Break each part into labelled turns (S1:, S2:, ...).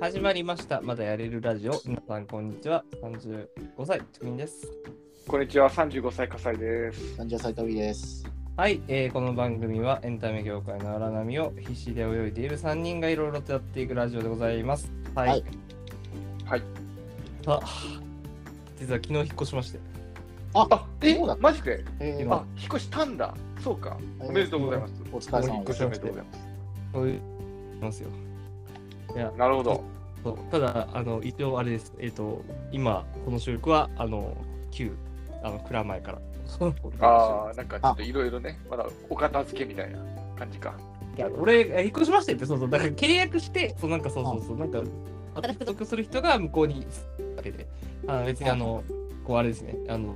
S1: 始まりました。まだやれるラジオ。皆さん、こんにちは。35歳、チキンです。
S2: こんにちは、35歳、火災です。
S3: 患者斎藤美です。
S1: はい、えーこの番組はエンタメ業界の荒波を必死で泳いでいる3人がいろいろとやっていくラジオでございます。はい。
S3: はい
S2: はい。
S1: あ、実は昨日引っ越しまして。
S2: あ、え
S3: そうだ、
S2: マジで
S3: え
S1: 今
S2: あ、引っ越したんだ。そうか。おめでとうございます。
S3: お疲れ様です。
S2: おめでとうございます。
S1: そういう、ますよ。いや、
S2: なるほど。
S1: そうただ、あの、一応あれです。えっ、と、今、この収録は、あの、旧、あの、蔵前から。
S2: ああ、なんかちょっといろいろね、まだお片付けみたいな感じか。
S1: いや俺、え引っ越しましたよって、そうそう、だから契約して、そうなんかそうそうそう、なんか、新しく属する人が向こうに、だけで、あの別にあの、こうあれですね、あの、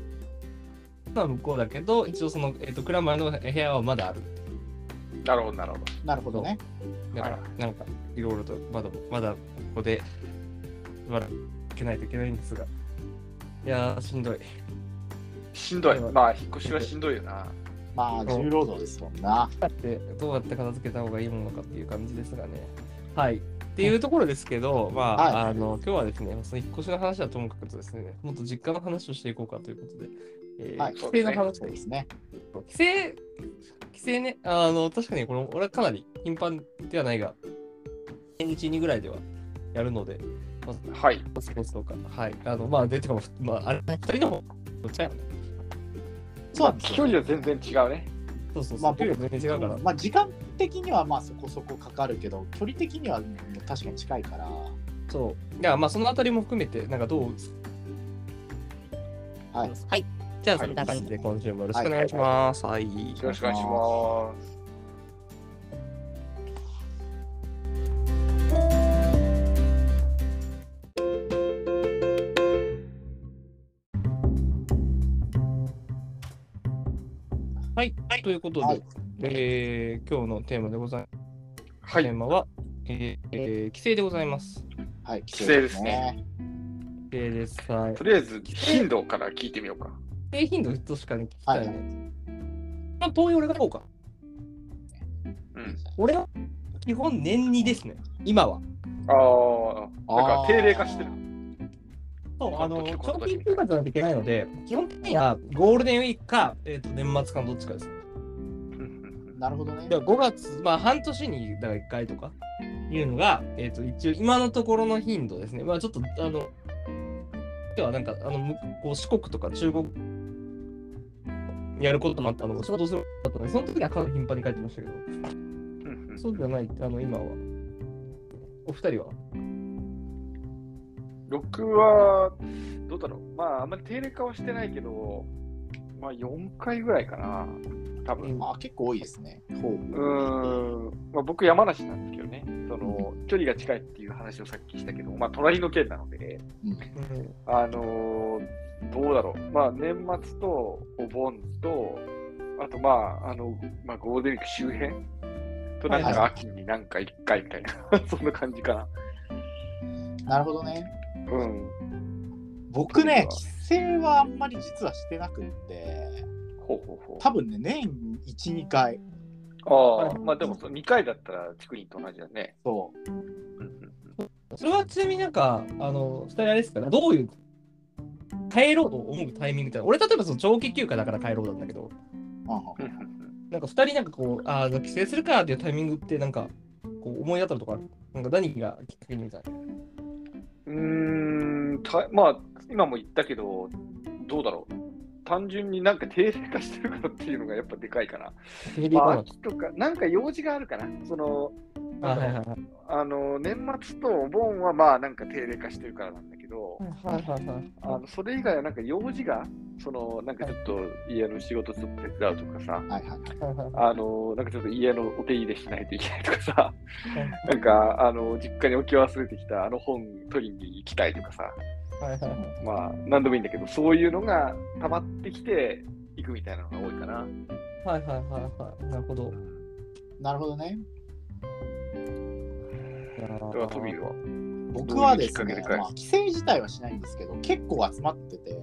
S1: まあ向こうだけど、一応その、えっ、と、クラマーの部屋はまだある。
S2: なるほど、なるほど。
S3: なるほどね。
S1: だから
S2: は、
S1: なんか、いろいろと、まだ、まだここで、まだ、けないといけないんですが、いやー、しんどい。
S2: しんどい。
S1: はい
S2: まあ、引っ越しはしんどいよな。
S3: まあ、重労働ですもんな。
S1: だって、どうやって片付けた方がいいものかっていう感じですがね。はい。っていうところですけど、まあ、
S3: はい
S1: あの、今日はですね、その引っ越しの話はともかくとですね、もっと実家の話をしていこうかということで、えー
S3: はい
S1: 帰省の話
S3: そうですね。
S1: 帰省、帰省ね、あの、確かにこれ、俺はかなり頻繁ではないが、1日2ぐらいではやるので、
S2: はい。
S1: スポーツとか、はい。あの、まあ、で、てかも、まあ、あれ、2人の方、どっちやね
S3: そ
S2: まあ
S3: うなんです
S2: 距
S3: よ、
S2: 離は全然違うね。
S1: そうそうそう、
S3: まあ
S1: 距離が全然違うから、
S3: まあ、時間的にはまあそこそこかかるけど、距離的にはうん確かに近いから。
S1: そう。いや、まあ、そのあたりも含めて、なんかどう
S3: はい。
S1: はい。じゃあ、
S2: はい
S1: そんな感じで今週もよろしくお願いします。はい。
S2: よろしくお願いします。
S1: はい。ということで、
S3: はい
S1: えー今日のテーマでございます。
S2: は
S1: テー
S2: い。
S1: マは、えーえー帰省でございます。
S3: はい、
S2: 帰省ですね。
S1: 帰省です。はい
S2: と。りあえず、頻度から聞いてみようか。
S1: 帰省頻度、確かに聞きたいね。
S3: はい
S1: まあ、遠い俺がこうか。
S2: うん。
S1: 俺は基本年2ですね。今は。
S2: ああ、なん
S3: あ
S2: か
S3: ー
S2: 定例化してる。
S1: そう、あの、
S2: ちょっと
S1: 長期休暇じゃなきゃいけないので、基本的にはゴールデンウィークか、えー、と年末かのどっちかです。
S2: うん
S3: なるほど
S1: だ。
S3: ね
S1: から5月、まあ、半年にだから1回とかいうのが、えっと一応今のところの頻度ですね。まあちょっとあの、ではなんかあのむこう四国とか中国やることもあったの仕事することもあったので、その時はかなり頻繁に帰ってましたけど、
S2: うんうん
S1: そうじゃない、あの今は。お二人は
S2: 僕は、どうだろう。まあ、あんまり定例化はしてないけど、まあ、4回ぐらいかな。多分。
S3: あ結構多いですね。ほう。
S2: うーん。まあ、僕、山梨なんですけどね。その、距離が近いっていう話をさっきしたけど、まあ、隣の県なので、あのーどうだろう。まあ、年末とお盆と、あと、まあ、あの、まあ、ゴールデンウィーク周辺と、なん
S3: はい
S2: か
S3: は
S2: 秋になんか1回みたいな、 そんな感じかな。
S3: なるほどね。
S2: うん。
S3: 僕ね、帰省はあんまり実はしてなくって、
S2: ほうほうほう。
S3: 多分ね、年1、2回。
S2: ああ、まあでもその2回だったら、チクリンと同じだね。
S3: そう。
S1: それはちなみになんか、あの、二人あれですかね、どういう、帰ろうと思うタイミングって、俺例えばその長期休暇だから帰ろうなんだけど、
S3: うんうん
S1: なんか2人なんかこう、ああ、帰省するかっていうタイミングって、なんか、こう思い当たるとかあるなんか何がきっかけにみたいな。
S2: うーん、たまあ、今も言ったけど、どうだろう。単純になんか定例化してるからっていうのがやっぱでかいかな。
S1: ヘリ
S2: ま
S1: ー
S2: あ、
S1: バ
S2: 秋とか、なんか用事があるかな。その、
S1: ーあ、はいはいはい。
S2: あの、年末とお盆はまあなんか定例化してるからなんだけど、
S1: はいはいはい。
S2: あのそれ以外はなんか用事が、その、なんかちょっと家の仕事ちょっと手伝うとかさ、
S3: はいはい。
S1: はいはいは
S2: あの、なんかちょっと家のお手入れしないといけないとかさ、なんか、あの、実家に置き忘れてきたあの本取りに行きたいとかさ、
S1: いはいはい。
S2: まあ、何でもいいんだけど、そういうのが溜まってきていくみたいなのが多いかな。
S1: はいはいはいはい。なるほど。
S3: なるほどね。
S2: では、トビーは。
S3: 僕はです
S2: どういう
S3: ね
S2: きっかけで帰、る
S3: まあ、帰省自体はしないんですけど、結構集まってて、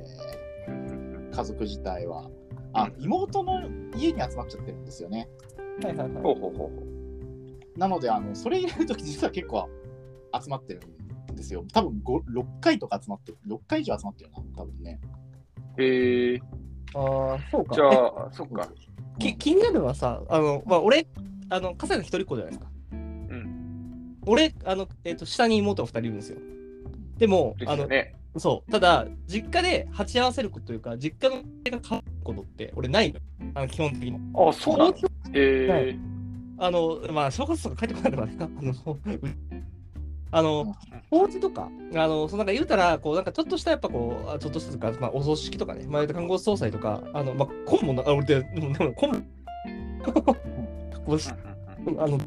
S3: 家族自体は。あ
S2: うん
S3: 妹の家に集まっちゃってるんですよね。
S1: はいはいはい。
S2: ほうほうほうほ
S3: なので、あのそれ入れるとき、実は結構集まってるんですよ。多分五6回とか集まってる、6回以上集まってるな、多分ね。
S2: へえ。
S1: ああ、そうか。
S2: じゃあ、そっか。
S1: き気になるのはさ、あの、まあ、俺、あの、笠谷の一人っ子じゃないですか。
S2: うん。
S1: 俺、あの、えっ、と、下に妹が二人いるんですよ。でも、
S2: で
S1: あ
S2: す
S1: の
S2: よ、ね。
S1: そう、ただ、実家で鉢合わせることというか、実家の家が変わることって、俺ないの。あの基本的に。
S2: あ、そうなんだ。
S1: は
S2: へえ
S1: い。あの、まあ、正月とか帰ってこないからね。あの、 あの、法事とか、あの、そうなんか言うたら、こう、なんかちょっとした、やっぱこう、あちょっとしたとか、まあ、お葬式とかね、まあ、言うと看護総裁とか、あの、まあ、コンもな、あ俺で、でも、でもコンも、 こうし
S2: うん
S1: あの、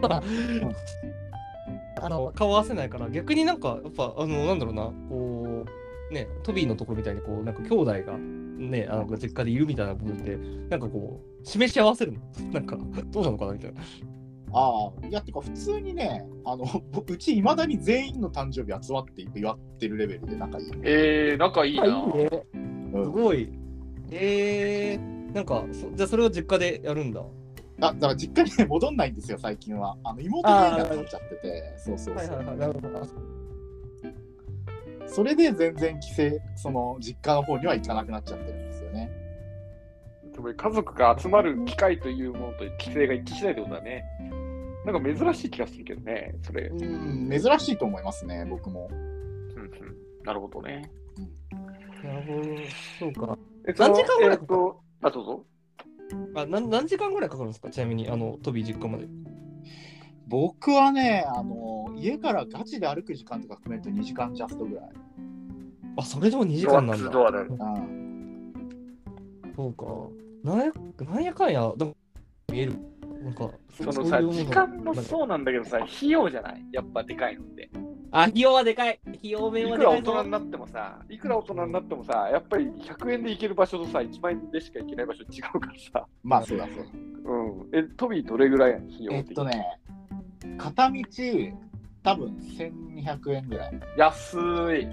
S1: ただ、あの、顔合わせないから、逆になんか、やっぱ、あの、なんだろうな、こう、ね、トビーのとこみたいに、こう、なんか兄弟が、ね、あの実家でいるみたいな部分で、なんかこう、示し合わせるの、なんか、どうなのかなみたいな。
S3: ああ、いや、てか、普通にね、あの、うち、いまだに全員の誕生日集まって祝ってるレベルで仲いい。
S2: へえ、仲いいな。
S1: ね。
S3: うん
S1: すごい。えー、なんか、そじゃあそれを実家でやるんだ。
S3: あだから実家にね戻んないんですよ最近はあの妹がいなくなっちゃっててそうそうそう、
S1: はい、なるほど。
S3: それで全然帰省その実家の方には行かなくなっちゃってるんですよね
S2: つまり家族が集まる機会というものと規制が一致しないってことだね。なんか珍しい気がするけどね、それ。
S3: うん珍しいと思いますね僕も
S2: うんうん、なるほどね。
S1: なるほど。そうか。
S2: えその
S1: 何時間ぐらい
S2: えっと、あ、どうぞ。
S1: あ、なん何時間ぐらいかかるんですかちなみに、あの、トビー実家まで。
S3: 僕はねあの家からガチで歩く時間とか含めると2時間ジャストぐらい、
S1: あ、それでも2時間なんだ。
S2: ドアツードアだね
S3: うん、
S1: そうか。なんやなんやかんや、でも見える。なんか、
S2: そのさ、時間も
S1: ういうもの。
S2: そうなんだけどさ、費用じゃないやっぱでかいのって。
S1: あ、費用はでかい。費用
S2: い
S1: 面は
S2: く
S1: でか
S2: ら大
S1: いぞ
S2: 人になってもさ、いくら大人になってもさ、やっぱり100円で行ける場所とさ、1万円でしか行けない場所違うからさ。
S3: まあそうだそうだ
S2: うん。え、トビーどれぐらいやん費用
S3: え
S2: っ。
S3: ってとね片道多分1200円 ぐらい
S2: 安い。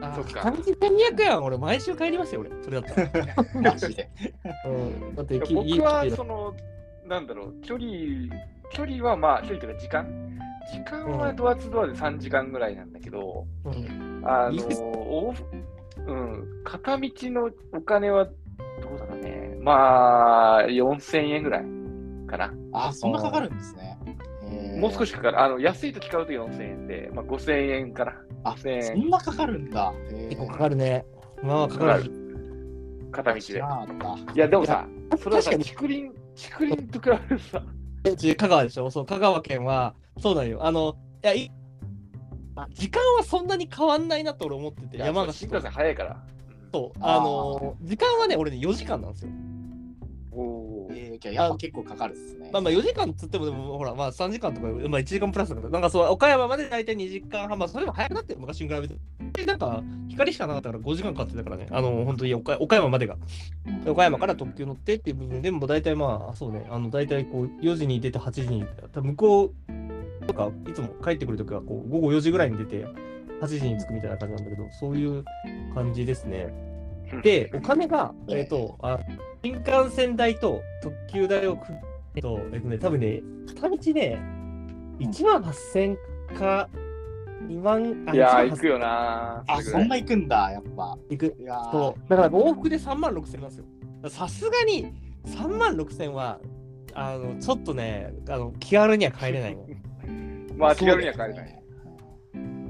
S1: あ
S2: そっか
S1: 紙1200円は俺、毎週帰りますよ、俺。それだったら。
S3: マジで
S1: うん。だって、き
S2: 僕
S1: 家
S2: は
S1: 来て
S2: その、なんだろう、距離、距離はまあ、距離というか時間時間はドアツードアで3時間ぐらいなんだけど、
S1: うん
S2: あ
S1: いい
S2: の
S1: です
S2: 往復うん、片道のお金はどうだろうね、まあ、4000円ぐらいかな。
S3: あそんなかかるんですねへー
S2: もう少しかかる。あの安い時買うとき4000円で、まあ、5000円から。
S3: あそ
S2: ね
S3: んなかかるんだへー
S1: 結構かかるね。まあ、かかる。
S2: 片道で。
S3: あなんだ
S2: いや、でもさ、それはさ、
S1: 確かに
S2: 竹林、竹林と比べるとさ、
S1: うち香川でしょそう、香川県は、そうなんよ。あの、いや、いあ時間はそんなに変わんないなと俺思ってて、
S2: いや
S1: 山梨
S2: 新幹
S1: と
S2: 線。早いから。
S1: そう、
S3: あー
S1: あのー時間はね、俺ね、4時間なんですよ。
S2: うんおー
S3: えー、いややっぱ結構かかるっすね。
S1: まあまあ、4時間っつっても、でも、ほら、まあ3時間とか、まあ1時間プラスだから、なんかそう、岡山まで大体2時間半、まあ、それでも早くなってる、昔に比べて。でなんか、光しかなかったから5時間かかってたからね、あの、本当に岡岡山までが。で岡山から特急乗ってっていう部分でも、大体まあ、そうね、あの、大体こう、4時に出て8時に、多分向こうとか、いつも帰ってくるときは、こう、午後4時ぐらいに出て、8時に着くみたいな感じなんだけど、そういう感じですね。で、お金が、えっ、と、あ新幹線代と特急代をく、えっ、と、えっ、とね、多分ね、片道ね、1万8000か、2万、あ
S2: いやー、
S1: 1
S2: 行
S1: 万
S2: くよなー
S3: あ、そんな行くんだ、やっぱ。
S1: 行く。
S3: いやー
S1: そう。だから往復で3万6000円なんですよ。だからさすがに3万6000は、あの、ちょっとね、あの、気軽には帰れないね。
S2: まあ、気
S3: そう
S2: 軽
S3: だ
S2: に
S3: よ
S2: は
S3: ね
S2: 帰れない。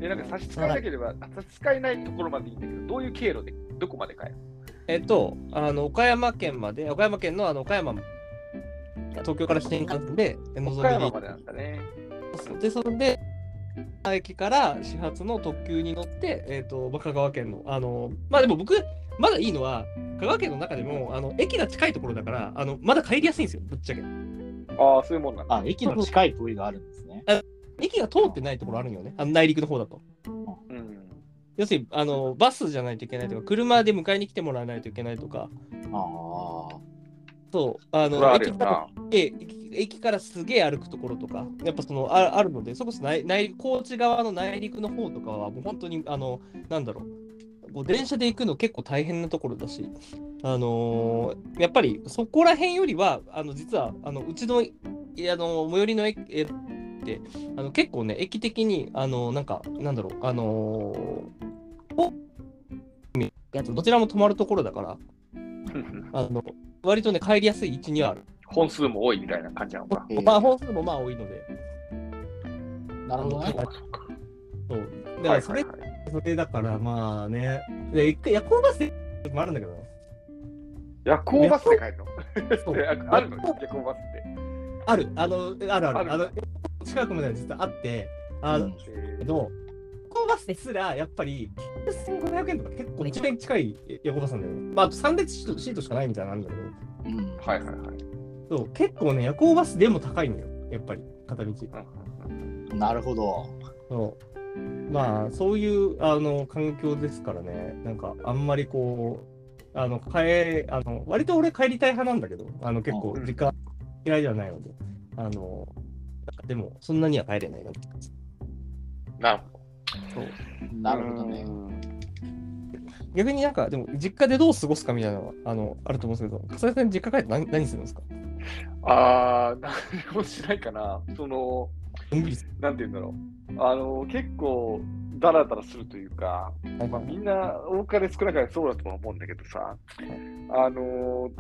S2: で、なんか差し支えなければ、あ差し支えないところまでいいんだけど、どういう経路で、どこまで帰る
S1: えっと、あの、岡山県まで、岡山県のあの、岡山、東京から新幹線で、えのぞ
S2: 岡
S1: み
S2: 山
S1: に
S2: までなんだね。
S1: そうで、それで、駅から始発の特急に乗って、えっ、と、まあ香川県の、あの、まあでも僕、まだいいのは、香川県の中でも、あの、駅が近いところだから、あの、まだ帰りやすいんですよ、ぶっちゃけ。
S2: ああ、そういうもんなんだ。
S3: あ、駅の近い通りがあるんですね。
S1: 駅が通ってないところあるんよね、あの内陸の方だと。
S2: うん。
S1: 要するに、あの、バスじゃないといけないとか、車で迎えに来てもらわないといけないとか、
S3: ああ。
S1: そう、あ
S2: それは
S1: の、
S2: ある
S1: 駅
S2: よ
S1: から
S2: な。
S1: 駅駅からすげえ歩くところとか、やっぱそのああるので、そこそ内内高知側の内陸の方とかは、もう本当に、あの、なんだろう、こう電車で行くの結構大変なところだし、あのーやっぱりそこら辺よりは、あの実はあのうちのいあの最寄りの駅、えって、あの結構ね、駅的に、あのなんか、なんだろう、あのーおえっとどちらも泊まるところだから、あの割とね、帰りやすい位置にはある。
S2: 本数も多いみたいな感じなのか
S3: えー
S1: まあ、本数もまあ多いので、
S3: なるほど
S2: な。
S3: ね
S2: そ。うかそうか。
S1: そう。だか
S2: は
S1: ら
S2: い
S1: そ
S2: は
S1: れ
S2: いはい。
S1: それだからまあね、で一回夜行バスでもあるんだけどね、
S2: 夜行バスで帰るの
S1: そう
S2: え ああるの夜行バスって。
S1: ある、あの、あるある、
S2: あ
S1: あ
S2: る
S1: の近くまで実はあって、あの、
S2: え
S1: け
S2: ー
S1: ど、夜行バスですらやっぱり9500円とか結構一番近い夜行バスなんだよね。まあ、あと3列シートシートしかないみたいなのあるんだけ
S3: うん
S2: はいはいはい。
S1: ど、そう結構ね、夜行バスでも高いのよ、やっぱり、片道。
S3: なるほど。
S1: そうまあそういうあの環境ですからねなんかあんまりこうあの帰あの割と俺帰りたい派なんだけどあの結構
S2: うん
S1: 時間嫌いではないのであのなんかでもそんなには帰れないな
S2: なるほど。
S3: なるほどね
S2: う。ん
S1: 逆になんかでも実家でどう過ごすかみたいなのはあのあると思うんですけど笠井さん実家帰って何何するんですか
S2: ああ、何もしないかな。その、
S1: のんびりする
S2: なんて言うんだろう。あの、結構、だらだらするというか、
S1: なんか
S2: みんな多かれ少なかれそうだとは思うんだけどさ、あのー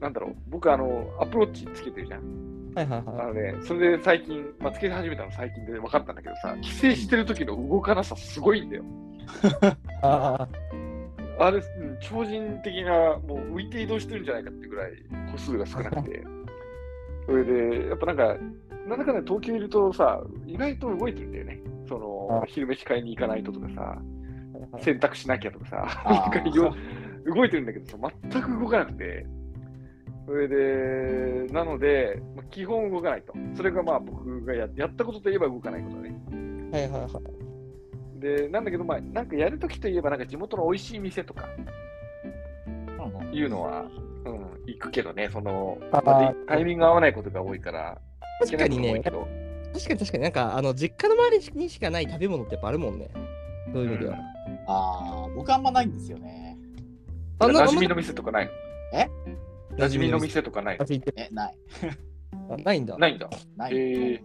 S2: なんだろう、僕、あの、アプローチつけてるじゃん。
S1: はいはい
S2: な
S1: は
S2: ので、それで最近、まあ、つけ始めたの最近で分かったんだけどさ、帰省してる時の動かなさすごいんだよ。
S1: いああ
S2: あれ、うん超人的な、もう浮いて移動してるんじゃないかってぐらい、個数が少なくて。それで、やっぱなんか、なんだかね、東京いるとさ、意外と動いてるんだよね。その
S1: あ、
S2: 昼飯買いに行かないととかさ、
S1: はい
S2: 洗濯しなきゃとかさ、
S3: あ
S2: なんかよ動いてるんだけどさ、全く動かなくて。それで、なので、まあ基本動かないと。それがまあ僕がややったことといえば動かないことだね。
S1: はいはいはい
S2: で、なんだけど、まあ、なんかやるときといえば、なんか地元の美味しい店とか、いうのは、うん、行くけどね、その、
S1: あー
S2: まあでタイミング合わないことが多いから、
S1: 確かに
S2: 行
S1: ね
S2: けないことも
S1: 確かに確かになんかあの実家の周りにしかない食べ物ってやっぱあるもんねそういう意味では、
S2: うん
S3: ああ、僕あんまないんですよね。
S2: 多
S1: あ
S2: い
S1: ん
S2: けど、
S1: な
S2: 馴染みの店とかないの馴染みの店とかない
S1: あついて
S3: え、ない。
S1: あないんだ。
S2: ないんだ。
S3: ない。
S2: え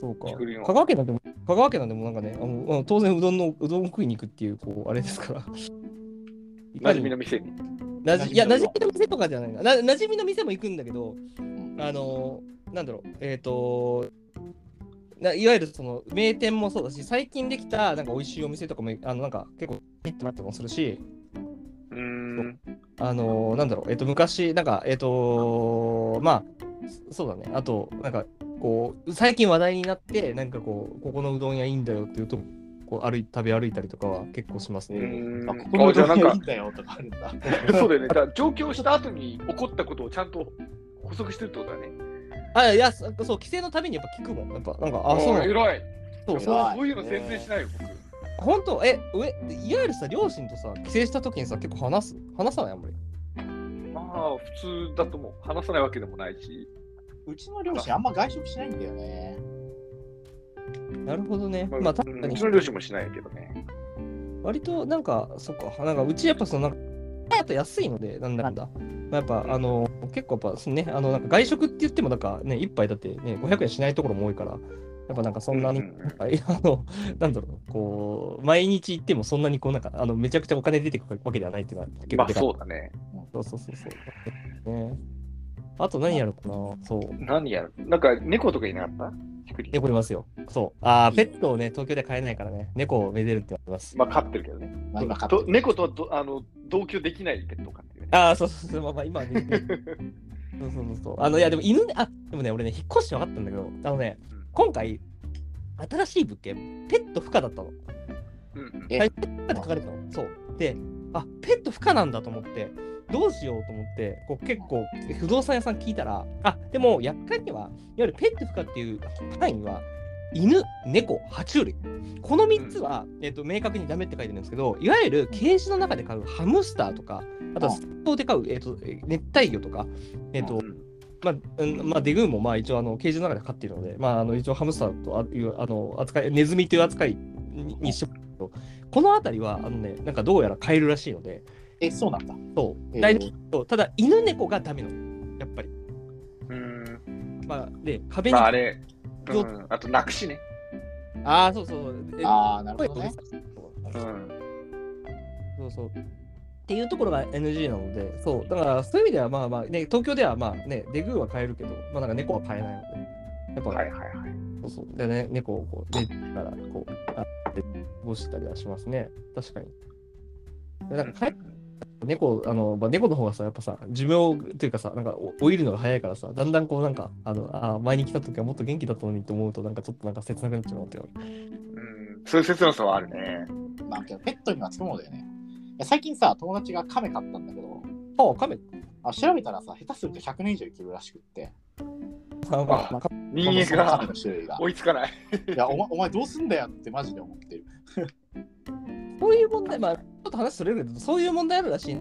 S1: そうか。
S2: 作るよ
S1: 香川県なんても、香川県なんてもうなんかね、あのあの当然うどんの、うどんを食いに行くっていう、こう、あれですから。い
S2: ー、
S1: か
S2: 馴
S1: に
S2: 染み
S1: も
S2: の店に。
S1: なじいや、
S3: 馴
S1: 馴
S3: 染
S1: 染み
S3: みの
S1: の店とかじゃないな。な馴染みの店も行くんだけど、
S3: うん
S1: あのー、なんだろう、えっ、とないわゆるその名店もそうだし、最近できたなんか美味しいお店とかも、あのなんか結構、えってなったりもするし、
S2: うーん。
S1: あのーなんだろう、えっと、昔、なんか、えっと、まあ、そそうだね、あと、なんか、こう、最近話題になって、なんかこう、ここのうどん屋いいんだよっていうと、こう歩い食べ歩いたりとかは結構します
S2: う
S1: ね。
S2: ーん
S3: あ、ここの
S2: あじゃあなん
S3: いい
S2: か
S3: ん、だよとかあるんだ。
S2: そうだよね。だから上京した後に起こったことをちゃんと補足してるってことだね。
S1: あ、いや、そそう、帰省のためにやっぱ聞くもん。やっぱ、なんか、あ、そう
S2: お
S1: な
S2: ー
S1: の
S2: 偉い。
S1: そう、
S3: 偉
S1: そう、
S3: い
S2: そういうの全然しないよ、僕。
S1: 本当え、上、いわゆるさ、両親とさ、帰省した時にさ、結構話す、話さないあんまり。
S2: まあ、普通だともう話さないわけでもないし、
S3: うちの両親あんま外食しないんだよね。
S1: なるほどね。
S2: まあ
S1: まあ、
S2: う
S1: 確か
S2: んう
S1: に
S2: ち、の両親もしないけどね。
S1: 割と、なんか、そっか、なんか、うちやっぱその、なんか、あと安いので、なんだかんだ。まあ、やっぱ、あの、結構やっぱそのねあのなんか外食って言ってもなんかね一杯だってね500円しないところも多いからやっぱなんかそんなに、
S2: うんうんうん
S1: あいやあのなんだろうこう毎日行ってもそんなにこうなんかあのめちゃくちゃお金出てくるわけではないっていうのは結構
S2: まあ、
S1: でかい
S2: そうだね。
S1: そうそうそうそうねあと何やるかなそう
S2: 何やるなんか猫とかいなかったひっくり
S1: 猫いますよそうあーペットをね東京で飼えないからね猫をめでるって言われます
S2: まあ飼ってるけどね。
S3: まあ、今買って
S2: と
S3: る
S2: 猫とはどあの同居できないペットを飼ってるよね。
S1: ああそうそうそうまあまあ今は ねそうそうそうそうあのいやでも犬ねあでもね俺ね引っ越して分かったんだけどあのね
S2: うん
S1: 今回新しい物件ペット不可だったの
S2: うんうん
S3: え
S1: はい、ペットって書かれてたの。そう。で、あペット不可なんだと思って、どうしようと思って、こう結構不動産屋さん聞いたら、あでも、やっかには、いわゆるペット不可っていう範囲は、犬、猫、爬虫類。この3つは、えっと明確にダメって書いてるんですけど、いわゆるケージの中で飼うハムスターとか、あとは
S3: うん
S1: スポで飼う、えっと熱帯魚とか、えっと
S2: うん
S1: まあうんまあ、デグーもまあ一応あのケージの中で飼っているので、まあ、あの一応ハムスターとあいうあの扱いネズミという扱いににしてもこの辺りはあの、ね、なんかどうやら飼えるらしいので
S3: え、そうなんだ。
S1: そう
S3: えー
S1: 大丈夫ただ犬猫がダメなのやっぱり
S2: うーん
S1: まあ、で、壁に、
S2: まあ、
S1: あ
S2: あれ、うん、あと、なくしね。
S1: あー、そうそう。え
S3: ああ、なる
S1: 声
S3: ほ
S1: 飛
S3: ど
S1: び
S3: ね
S1: さ。
S2: うん。
S1: そうそう。っていうところが NG なので、そう。だから、そういう意味では、まあまあ、ね、東京ではまあね、デグーは飼えるけど、まあなんか猫は飼えないので、やっぱ、
S2: はいはいはい。
S1: そうそう。でね、猫をこう、出てから、こう、あで、過ごしたりはしますね。確かに。でなんか飼え猫、あの、まあ、猫の方がさ、やっぱさ、寿命というかさ、なんかお老いるのが早いからさ、だんだんこうなんか、あの、あー前に来た時はもっと元気だったのにと思うと、なんかちょっとなんか切なくなっちゃうなって思う。
S2: うん、そういう切なさはあるね。
S3: なんかペットにはつくものだよね。いや最近さ、友達がカメ飼ったんだけど、
S1: ああ、カメ。
S3: あ調べたらさ、下手すると100年以上生きるらしくって。
S1: あ、まあ、まあ、カメ
S2: 人間
S3: カメ
S2: が
S3: の種類が。
S2: 追いつかない。
S3: いやお前、お前どうすんだよってマジで思ってる。
S1: そういう問題、まあ、ちょっと話それるけど、そういう問題あるらしい。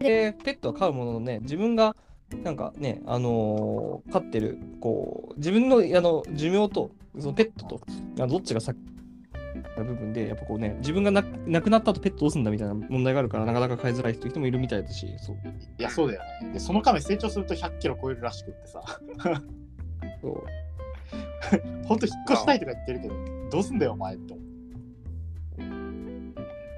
S1: で、ペットは飼うもののね、自分が、なんかね、あのー飼ってる、こう、自分のあの寿命と、そのペットと、あのどっちが先な部分で、やっぱこうね、自分がな亡くなった後ペットどうすんだみたいな問題があるから、なかなか飼いづらい人もいるみたいだし、そう。
S3: いや、そうだよね。で、そのカメ成長すると100キロ超えるらしくってさ、
S1: そう
S3: ほんと引っ越したいとか言ってるけど、どうすんだよ、お前って思う。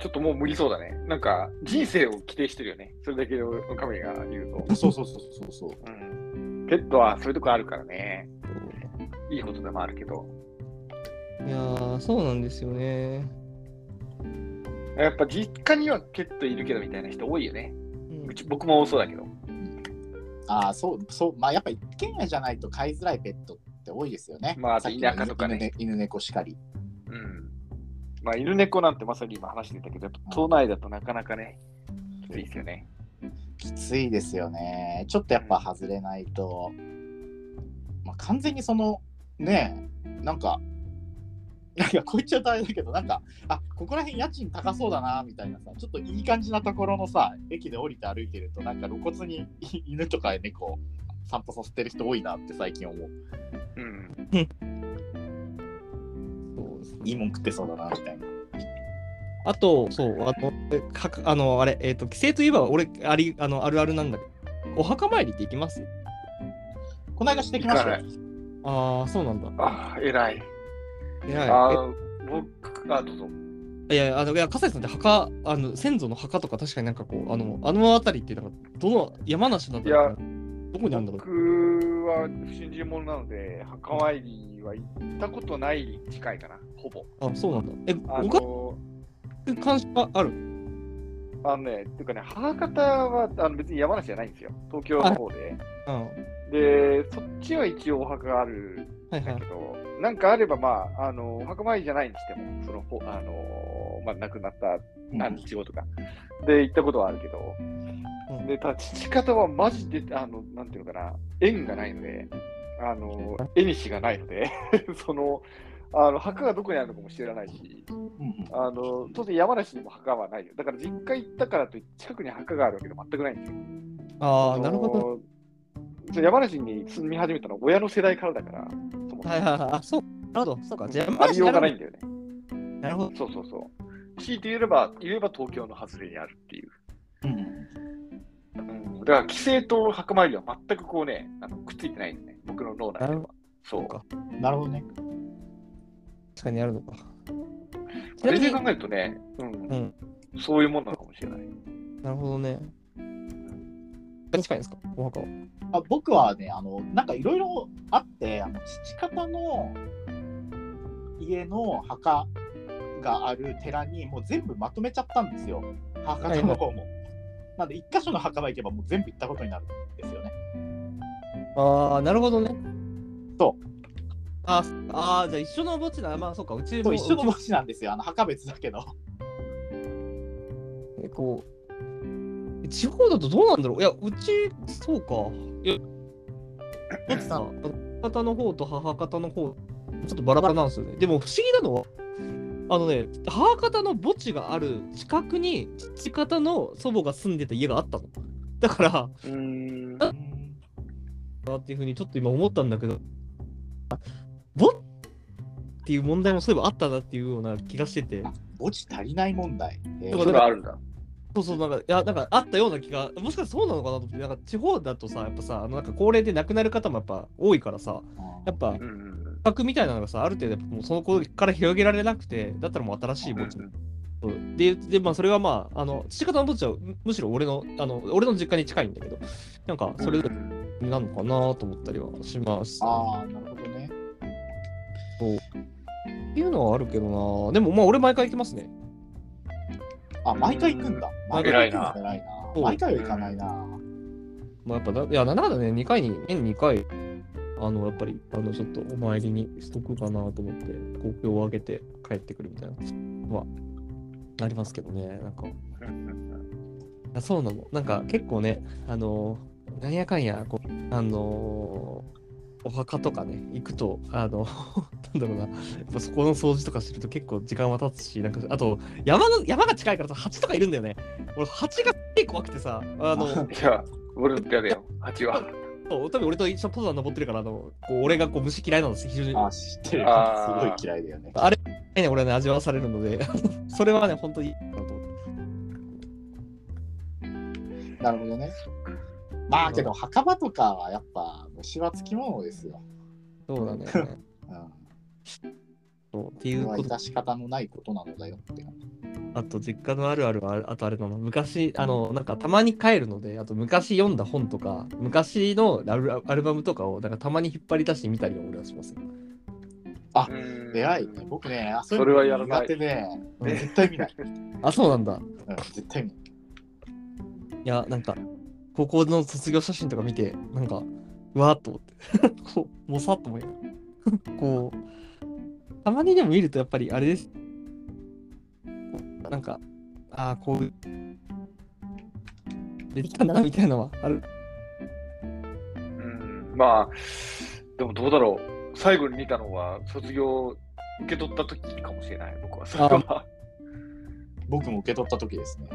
S2: ちょっともう無理そうだね。なんか、人生を規定してるよね。それだけのカメが言うと。
S3: そうそうそうそうそう。
S2: うん。ペットはそういうとこあるからね。
S1: そう
S2: いいことでもあるけど。
S1: いやー、そうなんですよね。
S2: やっぱ実家にはペットいるけどみたいな人多いよね。
S1: うん
S2: うち僕も多そうだけど。
S3: ああ、そう、そう、まあやっぱ一軒家じゃないと飼いづらいペットって多いですよね。
S2: まあ
S3: さっきの
S2: 田舎とかね
S3: 犬犬猫しかり。
S2: うん。まあ、犬猫なんてまさに今話してたけど、やっぱ都内だとなかなかね、きついですよね。
S3: きついですよね。ちょっとやっぱ外れないと。まあ完全にその、ねえ、なんか、なんかこう言っちゃうとあれだけど、なんか、あここら辺家賃高そうだな、みたいなさ、ちょっといい感じなところのさ、駅で降りて歩いてると、なんか露骨にい犬とか猫を散歩させてる人多いなって最近思う。
S2: うん。
S1: そうですね
S3: いいもん食ってそうだな、みたいな。
S1: あと、そう、あの、えかくあのあれ、えっ、と、帰省といえば、俺、あり、あの、あるあるなんだけど、お墓参りって行きます
S3: この間してきましたよ
S2: 行か
S1: ああ、そうなんだ。
S2: ああ、偉い。
S1: い
S2: あ
S1: や、
S2: あ、僕、あ、どうぞ。
S1: えいや、あの、いや、葛西さんって墓、あの、先祖の墓とか、確かになんかこう、あの、あの辺りって、なんか、どの、山梨なんだろうどこにあるんだろ
S2: 僕は信じ物なので、墓参りは行ったことないに近いかな、ほぼ。
S1: う。あ、そうなんだ。え、
S2: あ
S1: ご家
S2: の、
S1: 族関心はある
S2: あのね、ていうかね、母方はあの別に山梨じゃないんですよ、東京の方で。
S1: うん。は
S2: で、そっちは一応お墓がある
S1: いは
S2: んだ
S1: い
S2: け。ど、なんかあれば、まあ、あのお墓参りじゃないにしても、その、ほあのまあ、亡くなった何日後とか、で行ったことはあるけど、
S1: うん
S2: でただ父方はマジで、あのなんていうのかな、縁がないので、あの縁にしがないので、 そのあの墓がどこにあるのかも知らないし、
S3: うんうん
S2: あの当然山梨にも墓はないよ。だから実家行ったからといって、近くに墓があるわけで全くないんですよ。
S1: ああ、
S2: の
S1: なるほど。
S2: そう山梨に住み始めたのは親の世代からだから、そもそも
S1: はいはいはい。あ、そう。なるほど。そうか。じゃあ、
S2: ありようがないいんだよね。
S1: なるほど。
S2: そうそうそう。強いて言えば、言えば東京の外れにあるっていう。
S3: うんうん
S2: だから、規制と墓参りは全くこうね、あのくっついてないんですね、僕の脳内
S1: な
S2: で
S1: る
S2: は
S1: ほど。。
S2: そ
S1: そう
S2: う。
S1: か。
S3: なるほどね。
S1: 確かにあるのか。ち
S2: そ
S1: なみ
S2: れ
S1: に
S2: で考えるとね、うん、
S1: うん。
S2: そういうもんなのかもしれない。
S1: なるほどね。何近いんですかお墓は。
S3: あ僕はね、あのなんかいろいろあって、あの父方の家の墓がある寺にもう全部まとめちゃったんですよ、母方の方も。なんで、一箇所の墓場行けばもう全部行ったことになるんですよね。
S1: ああ、なるほどね。。
S3: そう
S1: あーあー、じゃあ一緒の墓地だ。まあそうか、うち
S3: そ
S1: も
S3: う一緒の
S1: う
S3: 墓地なんですよ、あの墓別だけど。
S1: ちもこう。地方だとどうなんだろういや、うち、そうか。いや、どっちさん、母方の方と母方の方、ちょっとバラバラなんですよね。でも不思議なのは、あのね、母方の墓地がある近くに、父方の祖母が住んでた家があったの。だから、
S2: うーん。
S1: なっていうふうにちょっと今思ったんだけど、ボッっていう問題もそういえばあったなっていうような気がしてて、
S3: 墓地足りない問題。え
S1: だ
S2: そ
S3: ー
S1: か
S2: れ
S1: ら
S2: あるんだ。
S1: そうそう、なんか、いや、なんかあったような気が、もしかしてそうなのかなと思って、なんか地方だとさ、やっぱさ、あのなんか高齢で亡くなる方もやっぱ多いからさ、やっぱ、
S2: うんうん
S1: 企画みたいなのがさ、ある程度、もうその子から広げられなくて、だったらもう新しい墓地
S2: うん
S1: そうで、で、まあ、それはまあ、あの、父方の墓地はむむしろ俺の、あの、俺の実家に近いんだけど、なんか、それ
S2: う
S1: に
S2: ん
S1: なのかなと思ったりはします。
S3: ああ、なるほどね。
S1: っていうのはあるけどな、でもまあ、俺毎回行きますね。
S3: あ、毎回行くんだ。毎回行くんだ。偉いな。毎回は行かないな。
S1: まあ、やっぱだ、いや、なんだかんだね、2回に、年2回、あの、やっぱり、あの、ちょっとお参りにしとくかなと思って、公共を上げて帰ってくるみたいな、は、ありますけどね、なんか。あそうなの。なんか結構ね、あのーなんやかんや、こう、あのーお墓とかね、行くと、あの、 なんだろうな、やっぱそこの掃除とかしてると結構時間は経つし、なんか、あと、山の、山が近いからさ、蜂とかいるんだよね。俺、蜂がすげえ怖くてさ、あの、
S2: いや、俺だってやだよ、蜂は。
S1: そう多分俺と一緒に登山登ってるから、あの、こう俺がこう虫嫌いなんですよ、非常に。
S3: あ、知ってる。す
S2: あー
S3: ごい嫌いだよね。
S1: ね、俺はね、味わわされるので、 それはね、本当にいいなと思って。
S3: なるほどね。まあけど、墓場とかはやっぱ虫はつきものですよ。
S1: そうなんだよね。
S3: うん。
S1: そうってい
S3: それ
S1: う
S3: は
S1: こと
S3: 致し方のないことなのだよって。
S1: あと実家のあるあるはあとあれだな昔あのなんかたまに帰るのであと昔読んだ本とか昔のアルアルバムとかをなんかたまに引っ張り出してみたりは俺はします、
S3: 偉いね。僕ね、あ
S2: それはやらない
S3: 苦手で、
S1: うん
S3: 絶対見ない。
S1: あそうなんだ
S3: うん、絶対見ない。
S1: いやなんか高校の卒業写真とか見てなんかうわーっと思って こうもさっと思いながら こうたまにでも見るとやっぱりあれですなんかああこうできたんだなみたいなのはある
S2: うんまあ、でもどうだろう。最後に見たのは、卒業受け取った時かもしれない、僕は。それ は。
S3: 僕も受け取った時ですね。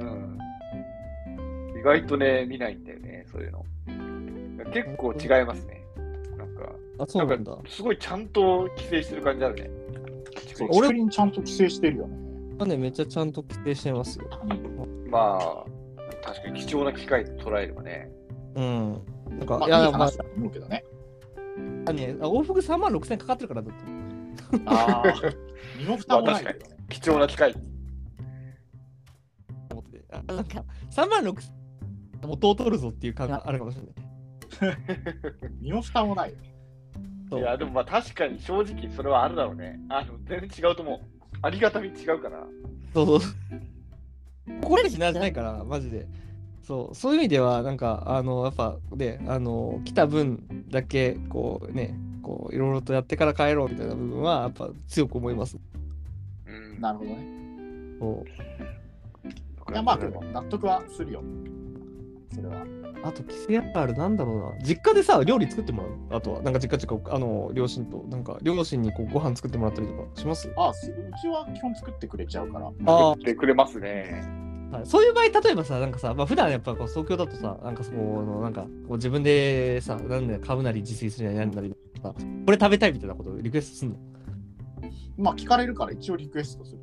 S2: うん、意外とね、見ないんだよね、そういうの。結構違いますね。なんか、
S1: あそうなんだ
S2: すごいちゃんと規制してる感じあるね。
S3: そう、
S1: 俺
S3: 竹林ちゃんと規制してるよね。
S1: まあね、めっちゃちゃんと規定してますよ。
S2: まあ、確かに貴重な機会と捉えればね。
S1: うん。なんか、
S3: ま
S1: い
S3: あ、い
S1: や、
S3: い
S1: まあ
S3: 話だと思うけどね。
S1: ね、あ往復3万6千かかってるからだって。
S3: ああ、身も蓋もないけどね。
S2: 貴重な機会。
S1: 思っててあなんか、3万6千元を取るぞっていう感があるかもしれない。
S3: 身も蓋もないよね。
S1: そう
S2: いや、でもまあ確かに正直それはあるだろうね。あの全然違うと思う。ありがたみ違うから。
S1: そうそう。これしなじゃないから、マジで。そう、そういう意味では、なんか、あの、やっぱ、ね、あの、来た分だけ、こうね、こう、いろいろとやってから帰ろうみたいな部分は、やっぱ強く思います。
S2: うん
S3: なるほどね。
S1: そう
S3: いや、まあ、でも納得はするよ。それは。
S1: あと、規制ある、なんだろうな。実家でさ、料理作ってもらう。あとは、なんか実家近く、あの、両親と、なんか、両親にこうご飯作ってもらったりとかします
S3: ああ、すうちは基本作ってくれちゃうから。
S1: あ
S2: 作ってくれますね。
S1: はい、そういう場合、例えばさ、なんかさ、まあ、普段やっぱこう東京だとさ、なんかそこの、なんかこう自分でさ、なんで買うなり自炊するなりなんなりさ、これ食べたいみたいなことをリクエストすんの
S3: まあ、聞かれるから一応リクエストする。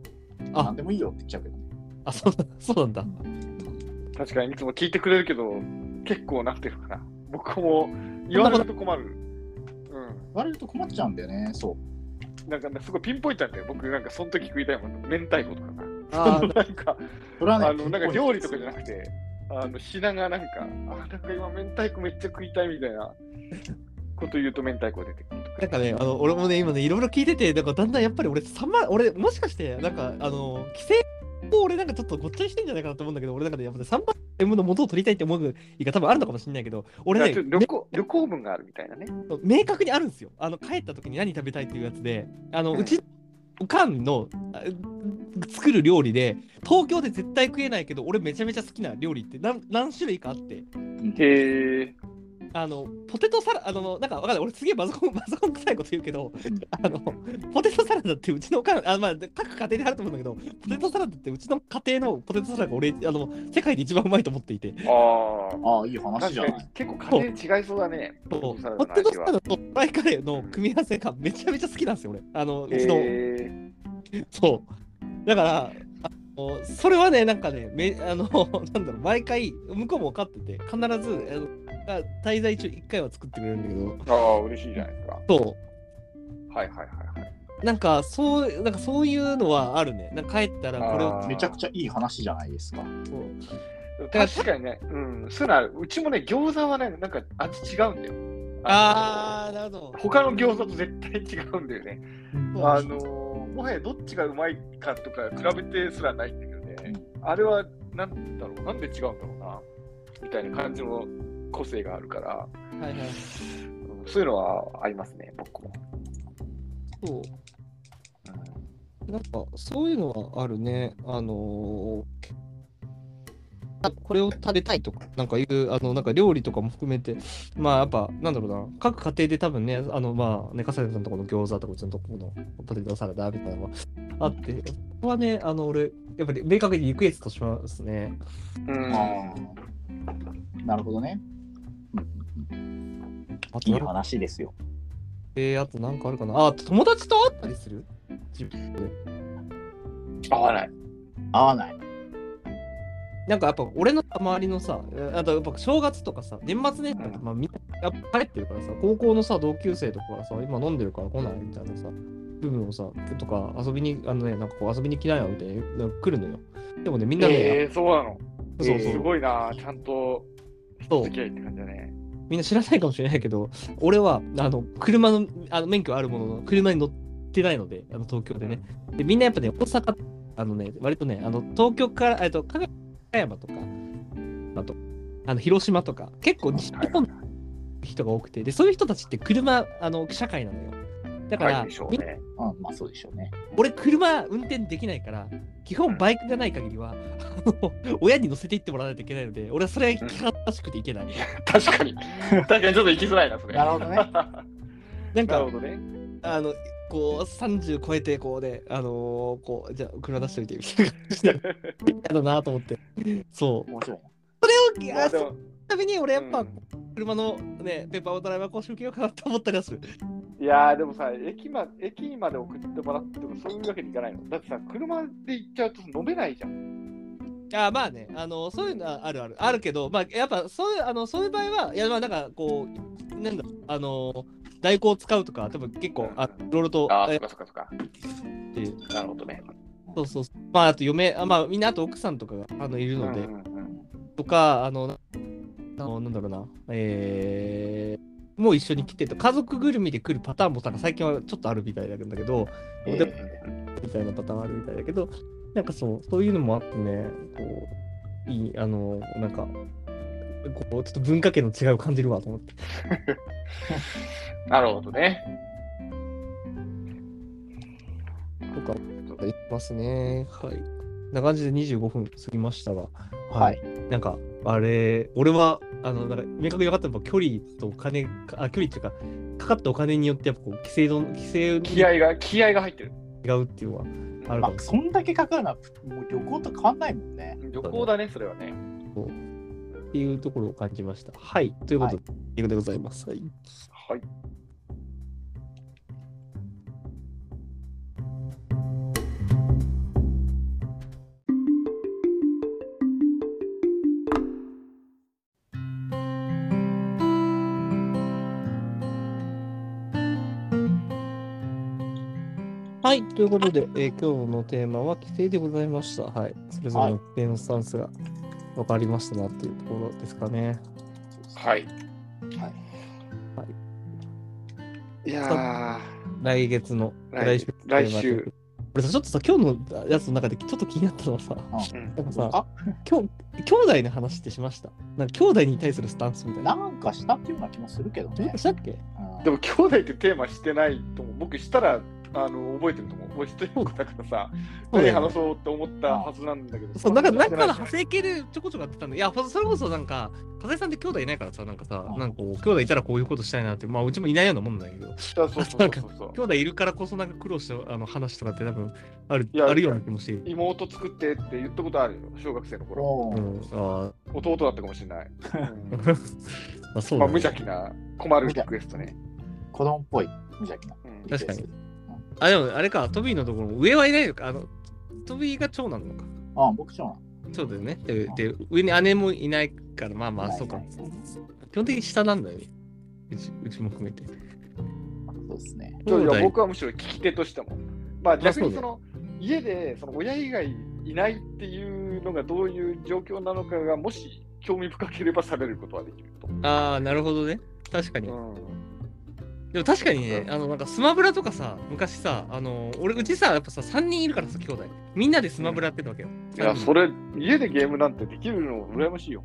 S1: あ
S3: なんでもいいよって言っちゃうけどね。
S1: あ、そうだ、そうなんだ。
S2: 確かにいつも聞いてくれるけど、結構なってるから。僕も言われると困る。
S3: 言われると困っちゃうんだよね。そう。
S2: うん。なんかねすごいピンポイントなんだよ。僕なんかその時食いたいもの、明太子とかさ。
S1: あー
S2: なんか、
S3: それはね、
S2: あのなんか料理とかじゃなく
S3: て。
S2: て、あの品がなんか、あなんか今明太子めっちゃ食いたいみたいなこと言うと明太子出てくるとか。
S1: なんかね、あの俺もね、今ね、いろいろ聞いてて、なんかだんだんやっぱり俺、三万、俺、もしかして、なんか、あの、規制を俺なんかちょっとごっちゃにしてんじゃないかなと思うんだけど、俺なんかね、やっぱね、3万 M の元を取りたいって思う意が多分あるのかもしれないけど、俺
S2: いや
S1: ね
S2: ちょっ、と旅行旅行文があるみたいなね。
S1: 明確にあるんですよ。あの帰った時に何食べたいっていうやつで、あの
S2: うん
S1: うちおかんのあ作る料理で、東京で絶対食えないけど、俺めちゃめちゃ好きな料理って何何種類かあって、
S2: へえ。
S1: あのポテトサラあのなんかわかんない、俺すげえパソコン パソコン臭いこと言うけど、あのポテトサラダってうちのおかんあまあ各家庭であると思うんだけど、ポテトサラダってうちの家庭のポテトサラダが俺あの世界で一番うまいと思っていて、
S2: あ
S3: ああ、いい
S2: あ。
S3: 話
S2: 確
S3: じ
S2: か
S3: ゃ
S2: に
S3: ない。
S2: 結構家庭違いそうだね。
S1: そう
S2: サラ
S1: ポ
S2: ダの
S1: テト
S2: 味
S1: サ
S2: は
S1: ラダとドライカレーの組み合わせがめちゃめちゃ好きなんですよ、俺。あのうちの
S2: へえ。
S1: そう。だから、あそれはね、なんかね、め あのなんだろう、毎回、向こうも分かってて、必ず、あの滞在中1回は作ってくれるんだけど、
S2: ああ、嬉しいじゃないですか。
S1: そう、
S2: はいはいはいはい。
S1: なんかそうなんかそういうのはあるね。なんか帰ったらこれ
S2: あ
S1: を
S2: ー
S3: めちゃくちゃいい話じゃないですか。
S2: 確かにね、うん、そういうのある。うちもね、餃子はね、なんか味違うんだよ。
S1: ああなるほど。
S2: 他の餃子と絶対違うんだよね。
S1: うん
S2: あのーもはやどっちがうまいかとか比べてすらないんだけどね、あれはなんだろう、なんで違うんだろうな、みたいな感じの個性があるから、
S1: はいはい。
S2: うんそういうのはありますね、僕も。
S1: そうなんかそういうのはあるね。あのーあこれを食べたいとか、なんかいう、あの、なんか料理とかも含めて、まあやっぱ、なんだろうな、各家庭で多分ね、あの、まあ、ね、笠谷さんとこの餃子とか、うちのとこのポテトサラダみたいなのがあって、ここはね、あの、俺、やっぱり明確にリクエストしますね。
S2: うん、
S3: あーなるほどね。
S1: あと
S3: いい
S1: なんか、
S3: 話ですよ。
S1: えー、あとなんかあるかな。あ、友達と会ったりする自分で
S2: 合わない。
S3: 合わない。
S1: なんかやっぱ俺の周りのさ、えあとやっぱ正月とかさ、年末年始とか、まあ、みんなやっぱ帰ってるからさ、高校のさ、同級生とかがさ、今飲んでるから来ないみたいなさ、部分をさ、とか遊びに、あのね、なんかこう遊びに来ないよみたいななんか来るのよ。でもね、みんなね、
S2: えー、そうなの。
S1: そう
S3: え
S1: そう、
S3: ー
S2: すごいな、ちゃんと
S1: そう
S2: 付き合いって感じだね。
S1: みんな知らないかもしれないけど、俺は、あの、車の、あの免許あるものの、車に乗ってないので、あの東京でね。で、みんなやっぱね、大阪、あのね、割とね、あの、東京から、えっと、香山とか、あと、あの広島とか、結構、日本
S2: は
S1: 人が多くて、で、そういう人たちって車、あの、社会なのよ。だか
S2: い、は
S1: ら、
S2: い、でしょう
S1: みんな
S2: ね。
S3: うん、まあそうでしょうね。
S1: 俺、車運転できないから、基本バイクがない限りは、あの親に乗せていってもらわないといけないので、俺はそれが聞かしくていけない。
S2: 確 かに、確かにちょっと行きづらいな、それ。
S3: なるほどね
S1: なん
S2: な
S1: か
S2: るほ、どね。
S1: あの、こう、30超えて、こうね、あのーこう、じゃあ、車出しておいて、みたいな感じ で、嫌だなと思って。そう。
S3: 面白いな。
S1: い
S2: ま
S1: や、
S2: あ
S1: そ
S2: で
S1: の
S2: も
S1: ために、俺やっぱ、
S2: うん
S1: 車のね、ペーパーをドライバー講習受けようかなと思ったりはする。
S2: いやーでもさ駅ま、駅まで送ってもらってもそういうわけにいかないの。だってさ、車で行っちゃうと飲めないじゃん。
S1: あーまあね、あのそういうのはあるある、あるけど、まあ、やっぱそういう、あのそういう場合は、いや、まあ、なんか、こう、なんだろう、あの代行を使うとか、多分結構、あいろいろと、え
S2: かそっかそっか。
S1: っていう
S2: なるほどね。
S1: そうそうそう、まあ、あと嫁、あまあ、みんな、あと奥さんとかがあのいる
S2: うんう
S1: ので、
S2: ん
S1: とか、あの、あのなんだろうな、えー、もう一緒に来てと、家族ぐるみで来るパターンも、なんか最近はちょっとあるみたいなんだけど、
S3: え
S1: で
S3: ー
S1: みたいなパターンあるみたいだけど、なんかそう、そういうのもあってね、こう、いい、あの、なんか、こう、ちょっと文化圏の違いを感じるわと思って。
S2: うんなるほどね。
S1: とか、言いますね。はい。こんな感じで25分過ぎましたが、
S3: はい。。
S1: なんか、あれ、俺は、あの、なんか、明確に分かったのは、距離とお金か、あ、距離っていうか、かかったお金によって、やっぱこう、規制の、規制
S2: 気
S1: が
S2: 合が、気合が入ってる。
S1: 違うっていうのは、あるか
S3: まあ
S1: も、
S3: そんだけかかるのはもう旅行と変わんないもんね。
S2: 旅行だね、それはね。
S1: っていうところを感じました。はい。ということで、英語でございます。はい。
S2: はい。
S1: はい、ということで、えー今日のテーマは規制でございました。はい、それぞれの規制のスタンスが分かりましたなっていうところですかね。
S2: はい。
S3: はい。
S2: いや
S1: 来月の
S2: ー、来週。
S1: のテーマ
S2: 来週。
S1: 俺さ、ちょっとさ、今日のやつの中でちょっと気になったのはさ、
S2: うん
S1: なんか
S3: そ
S1: さ、
S3: うか
S1: きょ兄弟の話ってしました。なんか兄弟に対するスタンスみたいな。
S3: なんかしたっていうような気もするけどね。
S1: したっけ
S3: うん
S2: でも、兄弟ってテーマしてないと思う。僕、したら、あの、覚えてると思う。俺、一人っ子だからさ、
S1: そうだ
S2: 何
S1: よね
S2: 話そうって思ったはずなんだけど。
S1: そう、なんか、なん
S2: して
S1: かの
S2: いじゃ
S1: 派生系でちょこちょこやってたんで、いや、それこそなんか、風さんって兄弟いないからさ、なんかさ、
S3: うん
S1: なんかこう、兄弟いたらこういうことしたいなって、まあ、うちもいないようなもんだけど、
S2: そうそうそうそうそう。
S1: 兄弟いるからこそなんか苦労したあの話とかって多分ある
S2: いや
S1: あるような気もしている。
S2: 妹作ってって言ったことあるよ、小学生の頃。
S3: お
S1: う
S3: ー
S1: ん、あ
S2: 弟だったかもしれない。
S1: ー
S2: う ん
S1: まあそう
S2: ま
S1: だ
S2: あ、無
S1: ね、
S2: 邪気な困るリクエストね。
S3: 子供っぽい無邪気な。
S2: うん
S1: 確かに
S3: うん。
S1: あ、でもあれか、トビーのところも上はいないのか。あの、トビーが長男なのか。
S3: ああ、僕ちゃん。
S1: そうだよね。で、で上に姉もいないから、まあまあ、そうか
S3: はい。はいはいそ
S1: 基本的に下なんだよね。うちうちも含めて。
S3: うですね。
S2: そういや
S1: 兄弟
S2: 僕はむしろ聞き手としても。まあ逆に
S1: そ
S2: そ
S1: だ
S2: うの家でその親以外いないっていうのがどういう状況なのかがもし興味深ければ喋ることはできると。
S1: ああ、なるほどね。確かに。
S2: う
S1: でも確かにね
S2: う、ん
S1: あの、なんかスマブラとかさ、昔さ、あの、俺、うちさ、やっぱさ、3人いるからさ、兄弟。みんなでスマブラやってたわけよ。
S2: ん、いやそれ家でゲームなんてできるの羨ましいよ。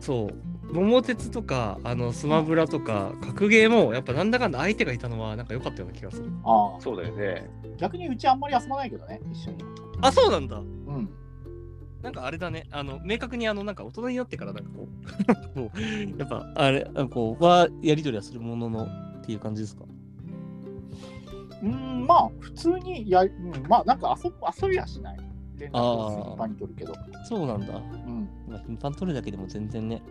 S1: そう。桃鉄とか、あの、スマブラとか、格ゲーも、やっぱなんだかんだ相手がいたのは、なんか良かったような気がする。
S3: ああ、
S2: そうだよね。
S3: 逆にうちあんまり遊ばないけどね、一緒に。
S1: あ、そうなんだ。
S3: うん。
S1: なんかあれだね、あの、明確にあの、なんか大人になってから、なんかこう、 もう、やっぱ、あれ、あのこう、は、やりとりはするものの、っていう感じですか。
S3: うん、まあ、普通にや、うん、まあ、なんか遊ぶ遊びはしない。連絡をスリッパに取るけど。
S1: そうなんだ。
S3: うん。
S1: まあ、頻繁に取るだけでも全然ね、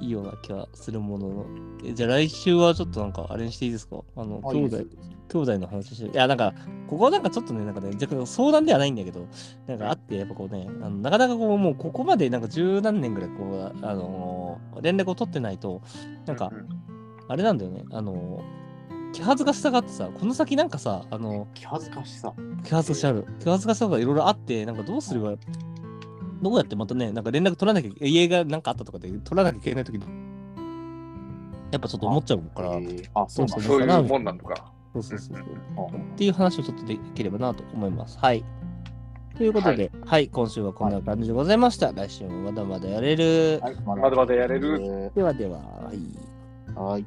S1: いいような気はするものの。えじゃあ来週はちょっとなんかあれにしていいですかあの、
S3: まあ
S1: 兄。
S3: い
S1: 弟
S3: い、です
S1: 兄弟の話して。いや、なんか、ここはなんかちょっとね、なんかね、若干相談ではないんだけど、なんかあって、やっぱこうね、あのなかなかこう、もうここまでなんか十何年ぐらい、こう、あのー連絡を取ってないと、なんか
S2: う、ん
S1: あれなんだよね、あのー気恥ずかしさがあってさ、この先なんかさ、あのー
S3: 気恥ずかしさ。
S1: 気恥ずかしある。気恥ずかしさがいろいろあって、なんかどうすれば、どうやってまたね、なんか連絡取らなきゃ、家がなんかあったとかで取らなきゃいけないときに、やっぱちょっと思っちゃうから、
S3: えーあ、そうなんだ。
S2: そういうもんなのか。
S1: そうそうそうそう。
S3: あ
S1: っていう話をちょっとできればなと思います。はい。ということで、はい、今週はこんな感じでございました。来週もまだまだやれる。
S3: はい、ま
S2: まだまだやれる
S3: る。
S1: ではでは、はい。
S3: はい。